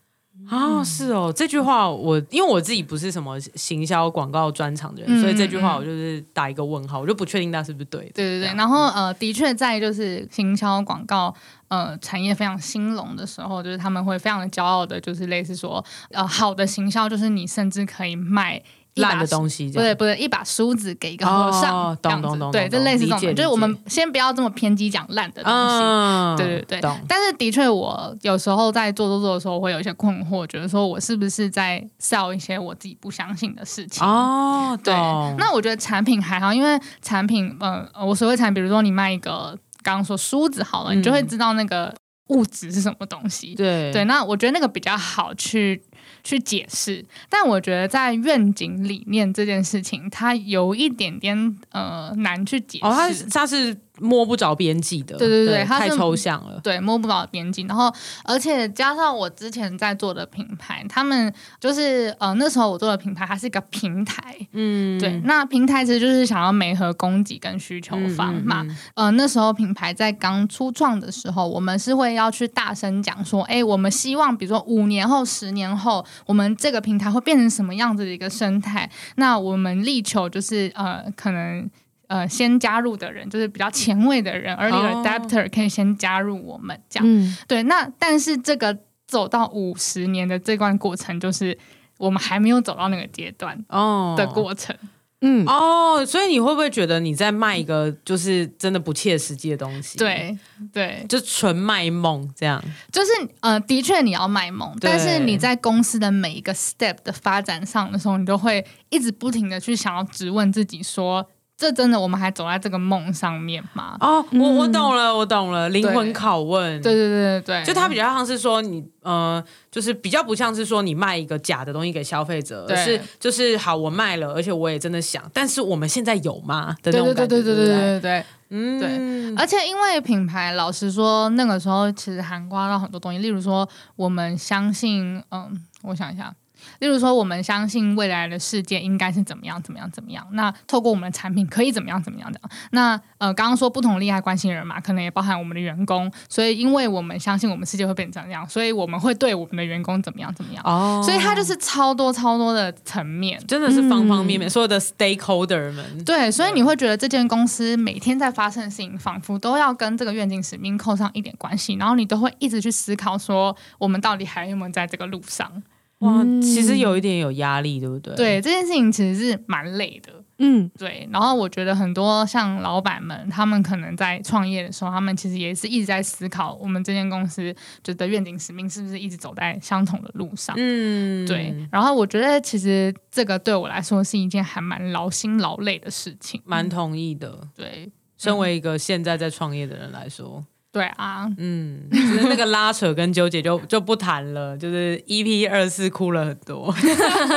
Speaker 1: 啊，是哦，这句话我因为我自己不是什么行销广告专场的人，
Speaker 2: 嗯
Speaker 1: 所以这句话我就是打一个问号，我就不确定它是不是对的。
Speaker 2: 对对
Speaker 1: 这
Speaker 2: 对，
Speaker 1: 样嗯
Speaker 2: 然后呃，的确在就是行销广告呃产业非常兴隆的时候，就是他们会非常的骄傲的，就是类似说呃好的行销就是你甚至可以卖一把
Speaker 1: 烂的东西这
Speaker 2: 不对
Speaker 1: 样，
Speaker 2: 不对，一把梳子给一个和尚，
Speaker 1: 哦
Speaker 2: 这样
Speaker 1: 懂
Speaker 2: 子
Speaker 1: 懂懂
Speaker 2: 对，
Speaker 1: 懂
Speaker 2: 就类似这
Speaker 1: 理
Speaker 2: 种，
Speaker 1: 解
Speaker 2: 就是我
Speaker 1: 理
Speaker 2: 们先不要这么偏激讲烂的东西。
Speaker 1: 嗯
Speaker 2: 对对对
Speaker 1: 懂，
Speaker 2: 但是的确，我有时候在做做做的时候，我会有一些困惑，觉得说我是不是在 sell 一些我自己不相信的事情。
Speaker 1: 哦，
Speaker 2: 对
Speaker 1: 懂，
Speaker 2: 那我觉得产品还好，因为产品，呃，呃我所谓产品，比如说你卖一个刚刚说梳子好了，
Speaker 1: 嗯
Speaker 2: 你就会知道那个物质是什么东西。
Speaker 1: 对
Speaker 2: 对，那我觉得那个比较好去去解释，但我觉得在愿景理念这件事情，它有一点点呃难去解释。
Speaker 1: 哦，他他是摸不着边际的，
Speaker 2: 对对对它
Speaker 1: 太
Speaker 2: 是
Speaker 1: 抽象了。
Speaker 2: 对，摸不着边际。然后，而且加上我之前在做的品牌，他们就是呃那时候我做的品牌，它是一个平台，
Speaker 1: 嗯，
Speaker 2: 对，那平台其实就是想要媒合供给跟需
Speaker 3: 嗯
Speaker 2: 求方嘛。呃，那时候品牌在刚初创的时候，我们是会要去大声讲说，哎，我们希望比如说五年后、十年后，我们这个平台会变成什么样子的一个生态？那我们力求就是呃，可能。呃，先加入的人就是比较前卫的人，early
Speaker 1: 哦
Speaker 2: adapter 可以先加入我们这样。
Speaker 3: 嗯，
Speaker 2: 对，那但是这个走到五十年的这段过程，就是我们还没有走到那个阶段
Speaker 1: 哦
Speaker 2: 的过程。嗯
Speaker 3: 嗯，
Speaker 1: 哦，所以你会不会觉得你在卖一个就是真的不切实际的东西？，
Speaker 2: 对对，
Speaker 1: 就纯卖梦这样。
Speaker 2: 就是呃，的确你要卖萌，
Speaker 1: 对
Speaker 2: 但是你在公司的每一个 step 的发展上的时候，你都会一直不停的去想要质问自己说。这真的，我们还走在这个梦上面吗？
Speaker 1: 哦，我我懂了，我懂了，灵魂
Speaker 2: 嗯对
Speaker 1: 拷问。
Speaker 2: 对对对对对，
Speaker 1: 就它比较像是说你呃，就是比较不像是说你卖一个假的东西给消费者，而
Speaker 2: 对
Speaker 1: 是就是好我卖了，而且我也真的想，但是我们现在有吗的那
Speaker 2: 对
Speaker 1: 种
Speaker 2: 对
Speaker 1: 感
Speaker 2: 对
Speaker 1: 觉，
Speaker 2: 对对对
Speaker 1: 对不
Speaker 2: 对
Speaker 1: 对，
Speaker 2: 对对。
Speaker 1: 嗯，
Speaker 2: 而且因为品牌，老实说，那个时候其实涵盖到很多东西，例如说，我们相信，嗯，我想一下，例如说，我们相信未来的世界应该是怎么样，怎么样，怎么样。那透过我们的产品可以怎么样，怎么样的。那呃，刚刚说不同利害关系人嘛，可能也包含我们的员工，所以因为我们相信我们世界会变成这样，所以我们会对我们的员工怎么样，怎么样。
Speaker 1: 哦
Speaker 2: 所以它就是超多超多的层面。
Speaker 1: 真的是方方面面，所有的 stakeholder 们，
Speaker 2: 嗯对，所以你会觉得这间公司每天在发生的事情，仿佛都要跟这个愿景使命扣上一点关系，然后你都会一直去思考说，我们到底还有没有在这个路上？
Speaker 1: 哇，其实有一点有压力，对不对？
Speaker 2: 对，这件事情其实是蛮累的。
Speaker 3: 嗯，
Speaker 2: 对，然后我觉得很多像老板们，他们可能在创业的时候，他们其实也是一直在思考，我们这间公司觉得愿景使命是不是一直走在相同的路上。
Speaker 1: 嗯，
Speaker 2: 对，然后我觉得其实这个对我来说是一件还蛮劳心劳累的事情，
Speaker 1: 蛮同意的。
Speaker 2: 对，
Speaker 1: 身为一个现在在创业的人来说，
Speaker 2: 对啊，
Speaker 1: 嗯， 就是那个拉扯跟纠结就就不谈了，就是 EP 二四哭了很多，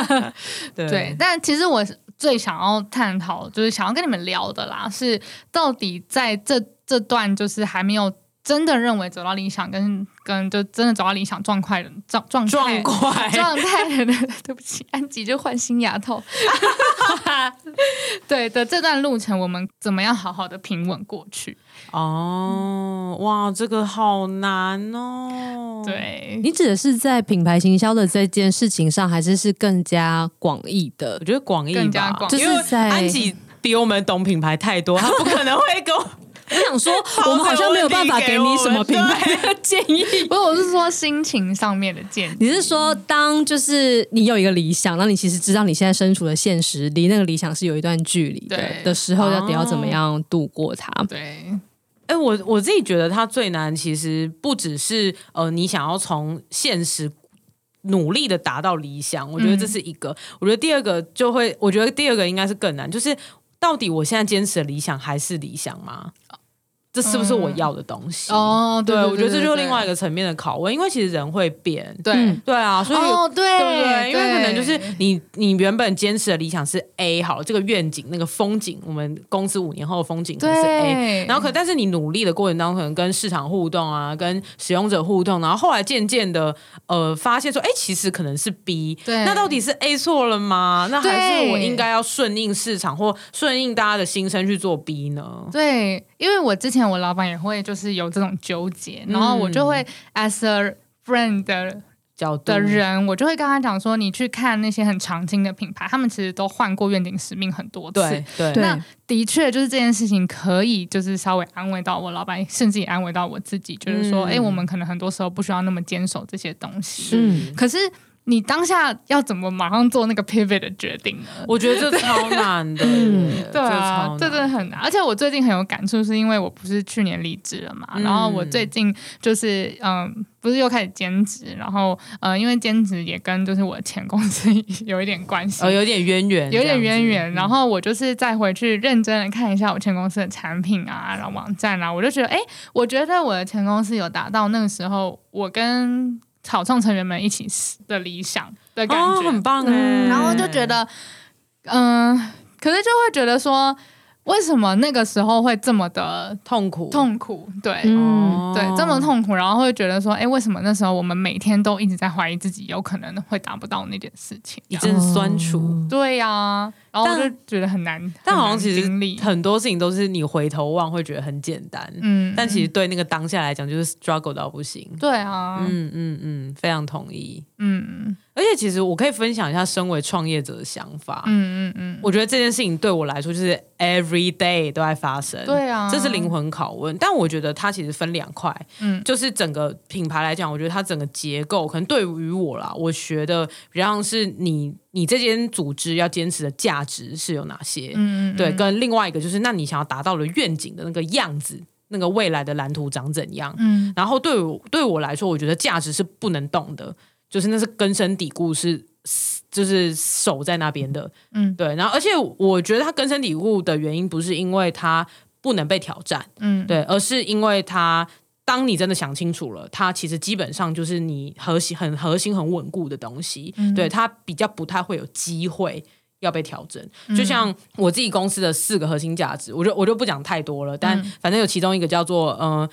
Speaker 1: 对
Speaker 2: 对，但其实我最想要探讨，就是想要跟你们聊的啦，是到底在这这段就是还没有真的认为走到理想跟跟就真的走到理想状态的状状态
Speaker 1: 撞怪，
Speaker 2: 状态的， 对不起，安吉就换新牙套。 对的，这段路程我们怎么样好好的平稳过去？
Speaker 1: 哦，哇，这个好难哦。，
Speaker 2: 对，
Speaker 3: 你指的是在品牌行销的这件事情上，还是是更加广义的
Speaker 1: 我？觉得广义吧
Speaker 2: 更加广
Speaker 3: 就是
Speaker 1: 因为
Speaker 3: 在
Speaker 1: 安吉比我们懂品牌太多，他不可能会跟我。
Speaker 3: 我想 说，我们好像没有办法给你什么品牌的 建议。
Speaker 2: 不是，我是说心情上面的建议。
Speaker 3: 你是说，当就是你有一个理想，然后你其实知道你现在身处的现实离那个理想是有一段距离的
Speaker 2: 对
Speaker 3: 的时候，要得要
Speaker 1: 哦
Speaker 3: 怎么样度过它？
Speaker 2: 对，
Speaker 1: 哎、我我自己觉得它最难，其实不只是呃，你想要从现实努力的达到理想，我觉得这是一个。我觉得第二个就会，我觉得第二个应该是更难，就是到底我现在坚持的理想还是理想吗？这是不是我要的东西？
Speaker 2: 哦，
Speaker 1: 嗯对，我觉得这就是另外一
Speaker 2: 个
Speaker 1: 个层面的拷问，因为其实人会变，
Speaker 2: 对。
Speaker 3: 嗯
Speaker 1: 对啊，所以
Speaker 2: 哦，对
Speaker 1: 对不对？因为可
Speaker 2: 对
Speaker 1: 能就是你你原本坚持的理想是 A 好了，这个愿景那个风景，我们公司五年后的风景可能是 A。
Speaker 2: 对，
Speaker 1: 然后可，但是你努力的过程当中，可能跟市场互动啊，跟使用者互动，然后后来渐渐的，呃，发现说，哎，其实可能是 B，
Speaker 2: 对
Speaker 1: 那到底是 A 错了吗？那还是
Speaker 2: 对
Speaker 1: 我应该要顺应市场或顺应大家的心声去做 B 呢？
Speaker 2: 对，因为我之前我老板也会就是有这种纠结，然后我
Speaker 1: 嗯
Speaker 2: 就会 as a friend 的
Speaker 1: 角度
Speaker 2: 的人，我就会跟他讲说，你去看那些很常青的品牌，他们其实都换过愿景使命很多次，
Speaker 1: 对对
Speaker 3: 对
Speaker 2: 那的确就是这件事情可以就是稍微安慰到我老板，甚至也安慰到我自己，就是说，
Speaker 1: 嗯
Speaker 2: 哎、我们可能很多时候不需要那么坚守这些东西。
Speaker 3: 嗯，
Speaker 2: 可是你当下要怎么马上做那个 pivot 的决定呢？
Speaker 1: 我觉得这超难 的，
Speaker 3: 嗯
Speaker 2: 对啊
Speaker 1: 超，
Speaker 2: 这真的
Speaker 1: 难
Speaker 2: 很难。而且我最近很有感触，是因为我不是去年离职了嘛，
Speaker 1: 嗯
Speaker 2: 然后我最近就是嗯、不是又开始兼职，然后呃，因为兼职也跟就是我前公司有一点关系，
Speaker 1: 呃有点渊源，
Speaker 2: 有
Speaker 1: 这
Speaker 2: 点
Speaker 1: 样子
Speaker 2: 渊源。
Speaker 1: 嗯
Speaker 2: 然后我就是再回去认真的看一下我前公司的产品啊，然后网站啊，我就觉得，哎，我觉得我的前公司有达到那个时候我跟草创成员们一起的理想的感
Speaker 1: 哦，
Speaker 2: 觉，
Speaker 1: 很棒哎、
Speaker 3: 嗯
Speaker 2: 然后就觉得，嗯、可是就会觉得说，为什么那个时候会这么的
Speaker 1: 痛苦，
Speaker 2: 痛苦？对。
Speaker 3: 嗯，
Speaker 1: 哦
Speaker 2: 对，这么，痛苦，然后会觉得说，哎，为什么那时候我们每天都一直在怀疑自己有可能会达不到那件事情？
Speaker 1: 一阵酸楚。
Speaker 2: 对呀、然后我就
Speaker 1: 但
Speaker 2: 觉得很难，
Speaker 1: 但
Speaker 2: 很
Speaker 1: 好像
Speaker 2: 难
Speaker 1: 其实
Speaker 2: 经历，
Speaker 1: 很多事情都是你回头望会觉得很简单，
Speaker 2: 嗯，
Speaker 1: 但其实对那个当下来讲就是 struggle 到不行。
Speaker 2: 对啊，嗯
Speaker 1: 嗯嗯嗯，非常同意。而且其实我可以分享一下身为创业者的想法。
Speaker 2: 嗯嗯嗯，
Speaker 1: 我觉得这件事情对我来说就是 every day 都在发生，
Speaker 2: 对啊
Speaker 1: 这是灵魂拷问。但我觉得它其实分两块，
Speaker 2: 嗯
Speaker 1: 就是整个品牌来讲，我觉得它整个结构可能对于我啦，我觉得比较像是你你这间组织要坚持的价值是有哪些，
Speaker 2: 嗯嗯，
Speaker 1: 对，跟另外一个就是那你想要达到的愿景的那个样子，那个未来的蓝图长怎样，
Speaker 2: 嗯
Speaker 1: 然后对我对我来说，我觉得价值是不能动的，就是那是根深蒂固，是就是守在那边的。
Speaker 2: 嗯
Speaker 1: 对，然后而且我觉得它根深蒂固的原因，不是因为它不能被挑战，
Speaker 2: 嗯，
Speaker 1: 对，而是因为它。当你真的想清楚了，它其实基本上就是你核心、很核心、很稳固的东西，
Speaker 2: 嗯
Speaker 1: 对它比较不太会有机会要被调整。
Speaker 2: 嗯
Speaker 1: 就像我自己公司的四个核心价值，我就我就不讲太多了，
Speaker 2: 嗯
Speaker 1: 但反正有其中一个叫做嗯、呃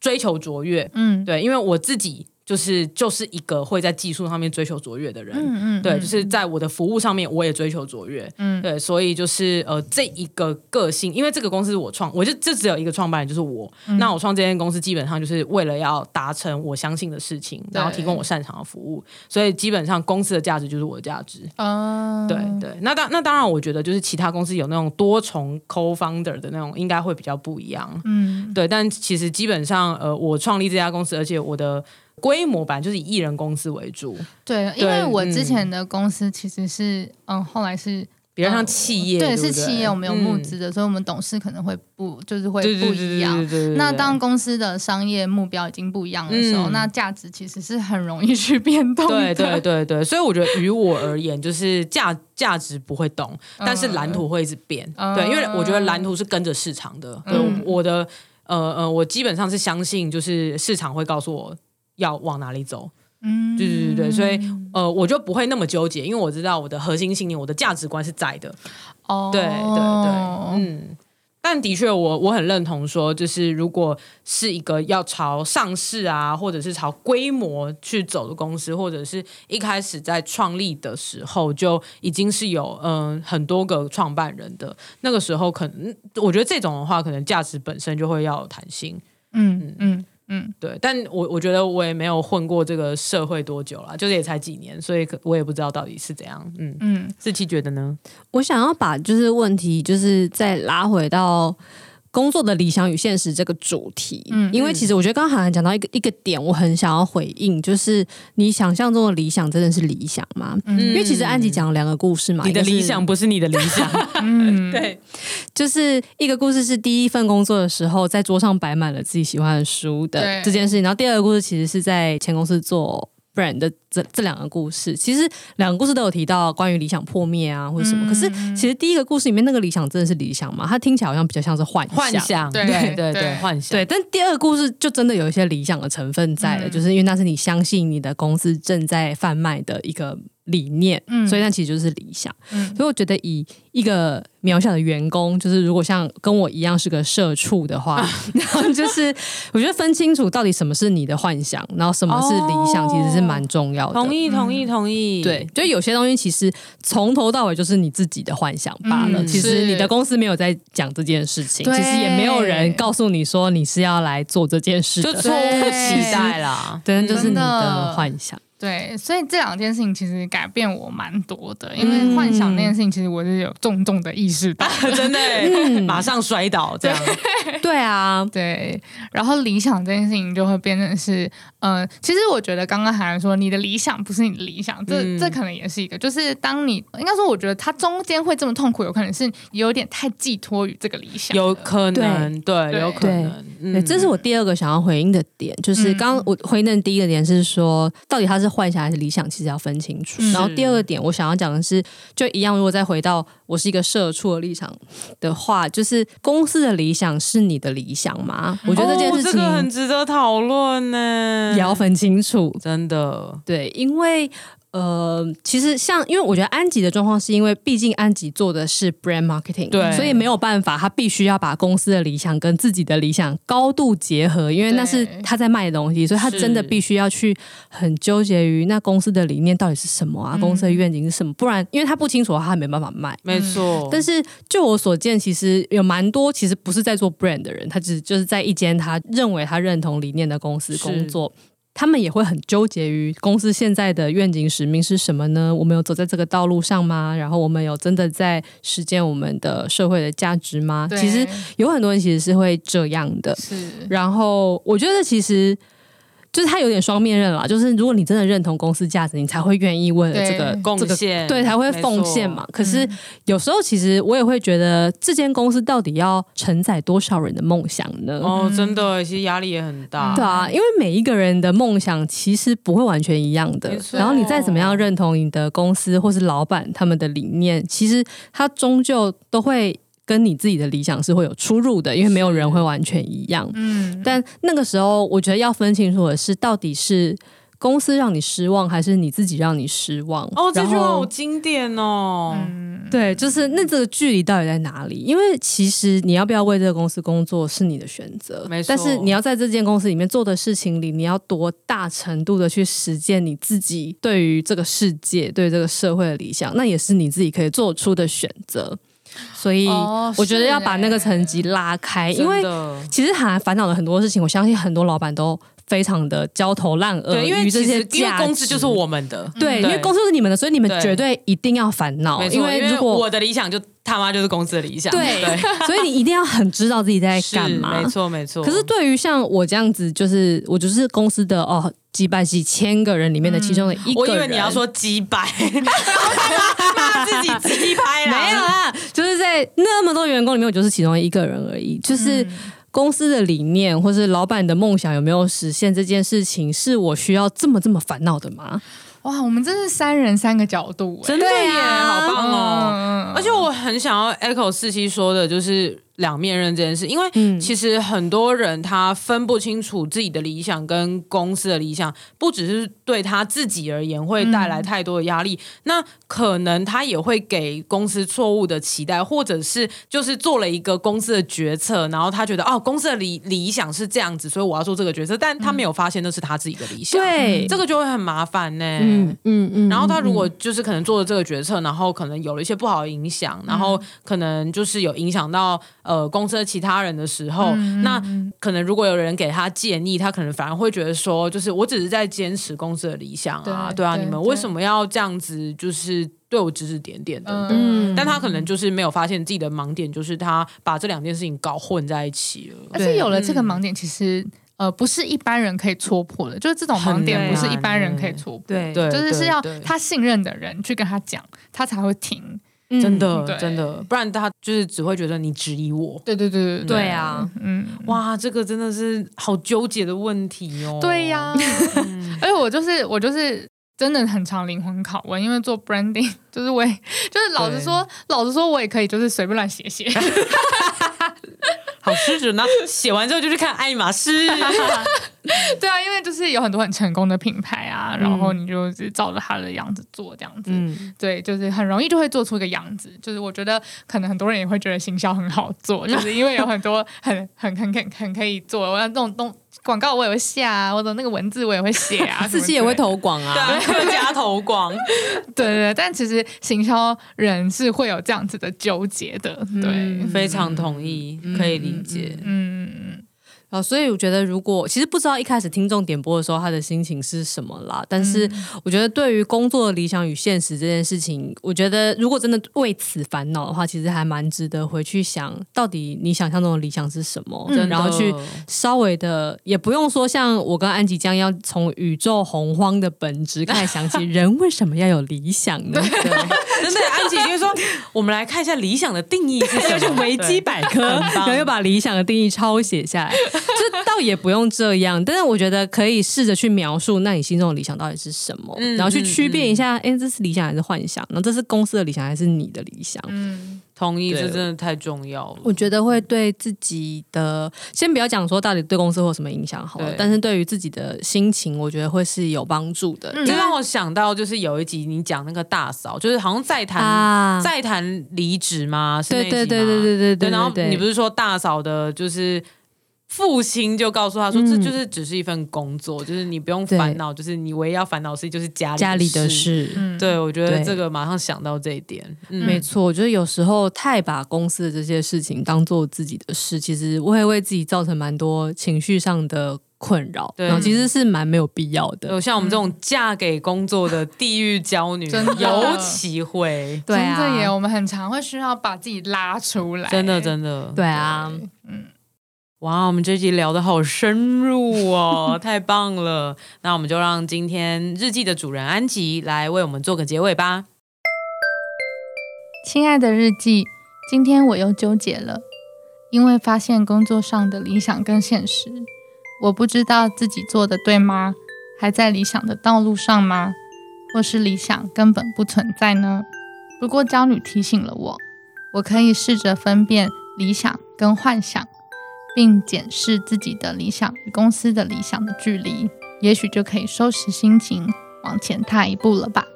Speaker 1: 追求卓越，
Speaker 2: 嗯
Speaker 1: 对，因为我自己就是就是一个会在技术上面追求卓越的人，
Speaker 2: 嗯嗯，
Speaker 1: 对，就是在我的服务上面我也追求卓越，
Speaker 2: 嗯
Speaker 1: 对，所以就是呃这一个个性，因为这个公司是我创，我就就只有一个创办人就是我，
Speaker 2: 嗯
Speaker 1: 那我创这间公司基本上就是为了要达成我相信的事情，然后提供我擅长的服务，所以基本上公司的价值就是我的价值，
Speaker 2: 嗯，
Speaker 1: 对对，那当那当然，我觉得就是其他公司有那种多重 co-founder 的那种，应该会比较不一样。
Speaker 2: 嗯
Speaker 1: 对，但其实基本上，呃，我创立这家公司，而且我的规模版就是以艺人公司为主，
Speaker 2: 对，因为
Speaker 1: 对
Speaker 2: 我之
Speaker 1: 嗯
Speaker 2: 前的公司其实是嗯，后来是
Speaker 1: 比较像
Speaker 2: 嗯
Speaker 1: 企业，对不对，
Speaker 2: 是企业，我们有募
Speaker 1: 嗯
Speaker 2: 资的，所以我们董事可能会不就是会
Speaker 1: 对对
Speaker 2: 不
Speaker 1: 对对
Speaker 2: 一样
Speaker 1: 对。对对
Speaker 2: 那
Speaker 1: 对
Speaker 2: 当公司的商业目标已经不一样的时候，
Speaker 1: 嗯
Speaker 2: 那价值其实是很容易去变动
Speaker 1: 对
Speaker 2: 的。
Speaker 1: 对对对，所以我觉得于我而言，就是价价值不会动，但是蓝图会一直变。
Speaker 2: 嗯
Speaker 1: 对，因为我觉得蓝图是跟着市场的。对，
Speaker 2: 嗯
Speaker 1: 我的呃呃，我基本上是相信，就是市场会告诉我要往哪里走。
Speaker 2: 嗯，
Speaker 1: 对对对对，所以呃，我就不会那么纠结，因为我知道我的核心信念、我的价值观是在的。
Speaker 2: 哦，
Speaker 1: 对对
Speaker 3: 哦
Speaker 1: 对，嗯。但的确我，我很认同说，就是如果是一个要朝上市啊，或者是朝规模去走的公司，或者是一开始在创立的时候就已经是有嗯、很多个创办人的，那个时候可能我觉得这种的话，可能价值本身就会要有弹性。
Speaker 2: 嗯嗯嗯，
Speaker 1: 对，但我我觉得我也没有混过这个社会多久啦，就是也才几年，所以可我也不知道到底是怎样。嗯，
Speaker 2: 嗯
Speaker 1: 志奇觉得呢？
Speaker 3: 我想要把就是问题，就是再拉回到工作的理想与现实这个主题，
Speaker 2: 嗯
Speaker 3: 因为其实我觉得刚刚好像讲到一个一个点，我很想要回应，就是你想象中的理想真的是理想吗？嗯因为其实安吉讲了两个故事嘛，
Speaker 1: 嗯你的
Speaker 3: 一个是
Speaker 1: 理想不是你的理想，
Speaker 2: 嗯，
Speaker 1: 对，
Speaker 3: 就是一个故事是第一份工作的时候，在桌上摆满了自己喜欢的书的
Speaker 2: 对
Speaker 3: 这件事情，然后第二个故事其实是在前公司做 Brand 的这这两个故事，其实两个故事都有提到关于理想破灭啊或者什么。可是其实第一个故事里面那个理想真的是理想嘛？它听起来好像比较像是幻想。
Speaker 1: 幻想，
Speaker 2: 对对
Speaker 1: 对对对，幻想，
Speaker 3: 对，但第二个故事就真的有一些理想的成分在了，就是因为那是你相信你的公司正在贩卖的一个理念，
Speaker 2: 嗯
Speaker 3: 所以那其实就是理想。
Speaker 2: 嗯
Speaker 3: 所以我觉得以一个渺小的员工，就是如果像跟我一样是个社畜的话， 然后就是我觉得分清楚到底什么是你的幻想，然后什么是理想，
Speaker 1: 哦
Speaker 3: 其实是蛮重要的。
Speaker 1: 同意同意同意，
Speaker 3: 对，就有些东西其实从头到尾就是你自己的幻想罢了。
Speaker 2: 嗯
Speaker 3: 其实
Speaker 2: 是
Speaker 3: 你的公司没有在讲这件事情，
Speaker 2: 对
Speaker 3: 其实也没有人告诉你说你是要来做这件事
Speaker 1: 就
Speaker 3: 的。
Speaker 1: 错误期待啦。
Speaker 3: 对，那就是
Speaker 2: 真
Speaker 3: 你的
Speaker 2: 的
Speaker 3: 幻想。
Speaker 2: 对，所以这两件事情其实改变我蛮多的，因
Speaker 1: 嗯
Speaker 2: 为幻想那件事情，其实我是有重重的意识 到。
Speaker 1: 真的欸、马上摔倒这样。
Speaker 3: 嗯对啊，
Speaker 2: 对，然后理想这件事情就会变成是，呃，其实我觉得刚刚涵涵说你的理想不是你的理想，这、
Speaker 1: 嗯
Speaker 2: 这可能也是一个，就是当你应该说，我觉得它中间会这么痛苦，有可能是有点太寄托于这个理想了，
Speaker 1: 有可能，对，
Speaker 2: 对
Speaker 1: 有可能，
Speaker 3: 对，
Speaker 1: 嗯
Speaker 3: 这是我第二个想要回应的点，就是
Speaker 2: 嗯
Speaker 3: 刚刚我回应的第一个点是说，到底他是幻想还是理想，其实要分清楚。
Speaker 1: 嗯
Speaker 3: 然后第二个点，我想要讲的是，就一样，如果再回到我是一个社畜的立场的话，就是公司的理想是你的理想吗？我觉得这件事
Speaker 1: 哦这个很
Speaker 3: 情
Speaker 1: 值得讨论呢，
Speaker 3: 也要分清楚。
Speaker 1: 真的，
Speaker 3: 对，因为呃，其实像因为我觉得安吉的状况是因为，毕竟安吉做的是 brand marketing，
Speaker 1: 对
Speaker 3: 所以没有办法，他必须要把公司的理想跟自己的理想高度结合，因为那是
Speaker 2: 对
Speaker 3: 他在卖的东西，所以他
Speaker 1: 是
Speaker 3: 真的必须要去很纠结于那公司的理念到底是什么
Speaker 1: 嗯
Speaker 3: 啊，公司的愿景是什么，不然因为他不清楚的话，他没办法卖。
Speaker 1: 没错。
Speaker 3: 嗯但
Speaker 1: 是
Speaker 3: 是就我所见，其实有蛮多其实不是在做 brand 的人，他只就是在一间他认为他认同理念的公司
Speaker 1: 是
Speaker 3: 工作。他们也会很纠结于公司现在的愿景使命是什么呢？我们有走在这个道路上吗？然后我们有真的在实践我们的社会的价值吗？
Speaker 2: 对
Speaker 3: 其实有很多人其实是会这样的。
Speaker 2: 是
Speaker 3: 然后我觉得其实就是他有点双面刃啦，就是如果你真的认同公司价值，你才会愿意为了这个
Speaker 1: 贡
Speaker 3: 这个
Speaker 1: 献
Speaker 3: 对，才会
Speaker 1: 嗯没
Speaker 3: 奉
Speaker 1: 错嗯
Speaker 3: 献嘛。可是有时候其实我也会觉得，这间公司到底要承载多少人的梦想呢？
Speaker 1: 哦，真的，其实压力也很大。
Speaker 3: 嗯对啊，因为每一个人的梦想其实不会完全一样的
Speaker 1: 没。错
Speaker 3: 然后你再怎么样认同你的公司或是老板他们的理念，其实它终究都会跟你自己的理想是会有出入的，因为没有人会完全一样。
Speaker 2: 嗯，
Speaker 3: 但那个时候，我觉得要分清楚的是，到底是公司让你失望，还是你自己让你失望。
Speaker 1: 哦，这句
Speaker 3: 然
Speaker 1: 话
Speaker 3: 后嗯
Speaker 1: 好经典哦。
Speaker 3: 对，就是那这个距离到底在哪里？因为其实你要不要为这个公司工作是你的选择，
Speaker 1: 没错
Speaker 3: 但是你要在这间公司里面做的事情里，你要多大程度的去实践你自己对于这个世界、对这个社会的理想，那也是你自己可以做出的选择。所以
Speaker 2: 哦
Speaker 3: 我觉得
Speaker 2: 是
Speaker 3: 要把那个
Speaker 2: 欸
Speaker 3: 层级拉开，因
Speaker 1: 真
Speaker 3: 为
Speaker 1: 的
Speaker 3: 其实韩寒烦恼了很多事情，我相信很多老板都非常的焦头烂额，
Speaker 1: 对，因为
Speaker 3: 于呃这
Speaker 1: 其
Speaker 3: 些
Speaker 1: 实因为
Speaker 3: 价值
Speaker 1: 公司就是。我们的，
Speaker 3: 对，
Speaker 1: 嗯
Speaker 3: 因为公司就是你们的，所以你们
Speaker 1: 对
Speaker 3: 绝对一定要烦恼，
Speaker 1: 没错，
Speaker 3: 哦因
Speaker 1: 因
Speaker 3: 为如果
Speaker 1: 我的理想就他妈就是公司的理想，
Speaker 3: 对
Speaker 1: 对，
Speaker 3: 所以你一定要很知道自己在
Speaker 1: 是
Speaker 3: 干嘛
Speaker 1: 没。错没错。
Speaker 3: 可是对于像我这样子，就是我就是公司的哦，几百几千个人里面的其中的一个人，
Speaker 1: 我以为你要说鸡 掰， 然后他骂骂自己鸡掰啦，
Speaker 3: 没有啊啦，就是在那么多员工里面，我就是其中一个人而已。就是
Speaker 1: 嗯
Speaker 3: 公司的理念或是老板的梦想有没有实现这件事情，是我需要这么这么烦恼的吗？
Speaker 2: 哇，我们真是三人三个角度、欸，
Speaker 1: 真的耶，
Speaker 3: 啊
Speaker 1: 好棒哦！
Speaker 2: 嗯，
Speaker 1: 而且我很想要 echo 四七说的，就是两面刃这件事，因
Speaker 3: 嗯
Speaker 1: 为其实很多人他分不清楚自己的理想跟公司的理想，不只是对他自己而言会带
Speaker 3: 嗯
Speaker 1: 来太多的压力，那可能他也会给公司错误的期待，或者是就是做了一个公司的决策，然后他觉得哦，公司的理理想是这样子，所以我要做这个决策，但他没有发现那是他自己的理想，
Speaker 3: 嗯对
Speaker 1: 这个就会很麻烦呢、
Speaker 3: 嗯嗯嗯。
Speaker 1: 然后他如果就是可能做了这个决策，然后可能有了一些不好的影响，然
Speaker 2: 嗯
Speaker 1: 后可能就是有影响到呃公司的其他人的时候，
Speaker 2: 嗯
Speaker 1: 那可能如果有人给他建议，他可能反而会觉得说，就是我只是在坚持公司的理想啊，
Speaker 2: 对
Speaker 1: 对啊，
Speaker 2: 对
Speaker 1: 你们
Speaker 2: 对
Speaker 1: 为什么要这样子，就是对我指指点点等等。
Speaker 2: 嗯，
Speaker 1: 但他可能就是没有发现自己的盲点，就是他把这两件事情搞混在一起了。
Speaker 2: 而且有了这个
Speaker 1: 嗯
Speaker 2: 盲点，其实呃不是一般人可以戳破的，就是这种盲点
Speaker 1: 很
Speaker 2: 不是
Speaker 1: 难
Speaker 2: 一般人
Speaker 1: 欸
Speaker 2: 可以戳破，
Speaker 3: 对
Speaker 1: 对，
Speaker 2: 就是是要
Speaker 1: 对对
Speaker 2: 他信任的人去跟他讲，他才会停。
Speaker 1: 真
Speaker 2: 嗯
Speaker 1: 的
Speaker 2: 对
Speaker 1: 真的，不然他就是只会觉得你质疑我。
Speaker 2: 对对对对
Speaker 3: 对啊，
Speaker 2: 嗯，
Speaker 1: 哇，这个真的是好纠结的问题哦。
Speaker 2: 对呀、 而且我就是我就是真的很常灵魂拷问，因为做 branding 就是我也 就是老实说，老实说我也可以就是随便乱写写，
Speaker 1: 好失 准呢。写完之后就去看爱马仕，
Speaker 2: 对啊，因为就是有很多很成功的品牌啊，然后你就是照着他的样子做这样子，
Speaker 1: 嗯，
Speaker 2: 对，就是很容易就会做出一个样子。就是我觉得可能很多人也会觉得行销很好做，就是因为有很多很很很很很可以做。我要弄弄广告我也会下啊，我的那个文字我也会写 啊，
Speaker 3: 自己也会
Speaker 2: 投。
Speaker 3: 投广啊。
Speaker 1: 对，客家头 光，
Speaker 2: 对对对，但其实行销人是会有这样子的纠结的，对，嗯
Speaker 1: 非常同意，可以
Speaker 3: 嗯
Speaker 1: 理解。
Speaker 2: 嗯
Speaker 3: 啊，所以我觉得，如果其实不知道一开始听众点播的时候他的心情是什么啦，但是我觉得对于工作的理想与现实这件事情，我觉得如果真的为此烦恼的话，其实还蛮值得回去想，到底你想象中的理想是什么，
Speaker 1: 真的
Speaker 3: 嗯然后去稍微的，也不用说像我跟安吉这样要从宇宙洪荒的本质开始想起人为什么要有理想呢？
Speaker 1: 真的，安琪就说，我们来看一下理想的定义 是什么？
Speaker 3: 维基百科，
Speaker 1: 很棒
Speaker 3: 然后又把理想的定义抄写下 来，这倒也不用这样，但是我觉得可以试着去描述，那你心中的理想到底是什么，
Speaker 1: 嗯
Speaker 3: 然后去区别一下，哎、这是理想还是幻想？然后这是公司的理想还是你的理想？
Speaker 2: 嗯
Speaker 1: 同意，
Speaker 3: 对
Speaker 1: 这真的太重要了。
Speaker 3: 我觉得会对自己的，先不要讲说到底对公司会有什么影响好了
Speaker 1: 对，
Speaker 3: 但是对于自己的心情，我觉得会是有帮助的。
Speaker 1: 这让我想到，就是有一集你讲那个大嫂，就是好像在谈、
Speaker 3: 啊
Speaker 1: 在谈离职吗？是那
Speaker 3: 对
Speaker 1: 一集
Speaker 3: 对
Speaker 1: 吗
Speaker 3: 对对对对
Speaker 1: 对，
Speaker 3: 对，
Speaker 1: 然后
Speaker 3: 对
Speaker 1: 你不是说大嫂的，就是父亲就告诉他说，
Speaker 3: 嗯
Speaker 1: 这就是只是一份工作，就是你不用
Speaker 3: 对
Speaker 1: 烦恼，就是你唯一要烦恼的事就是家里
Speaker 3: 家里的
Speaker 1: 的。
Speaker 3: 事，
Speaker 2: 嗯，
Speaker 1: 对，我觉得
Speaker 3: 对
Speaker 1: 这个马上想到这一点，嗯，
Speaker 3: 没错，我觉得有时候太把公司的这些事情当做自己的事，其实会为自己造成蛮多情绪上的困扰，
Speaker 1: 对
Speaker 3: 然后其实是蛮没有必要的
Speaker 1: 有。像我们这种嫁给工作的地狱娇 女，
Speaker 2: 真的
Speaker 1: 尤其会，
Speaker 3: 对
Speaker 2: 真的耶，
Speaker 3: 啊，
Speaker 2: 我们很常会需要把自己拉出来，
Speaker 1: 真的真的，
Speaker 3: 对啊，
Speaker 1: 哇，我们这集聊的好深入哦， 太棒了！那我们就让今天日记的主人安吉来为我们做个结尾吧。
Speaker 4: 亲爱的日记，今天我又纠结了，因为发现工作上的理想跟现实，我不知道自己做的对吗？还在理想的道路上吗？或是理想根本不存在呢？不过娇女提醒了我，我可以试着分辨理想跟幻想，并检视自己的理想与公司的理想的距离，也许就可以收拾心情，往前踏一步了吧。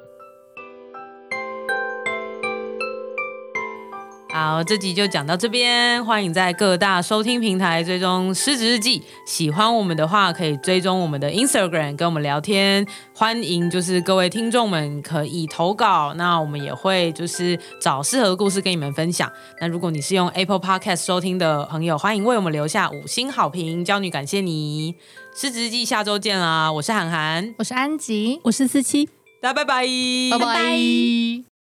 Speaker 1: 好，这集就讲到这边，欢迎在各大收听平台追踪《失职日记》。喜欢我们的话，可以追踪我们的 Instagram 跟我们聊天。欢迎就是各位听众们可以投稿，那我们也会就是找适合的故事跟你们分享。那如果你是用 Apple Podcast 收听的朋友，欢迎为我们留下五星好评，娇女感谢你。失职日记下周见啦！我是涵涵，
Speaker 4: 我是安吉，
Speaker 3: 我是思琪。
Speaker 1: 大家拜拜，
Speaker 4: 拜拜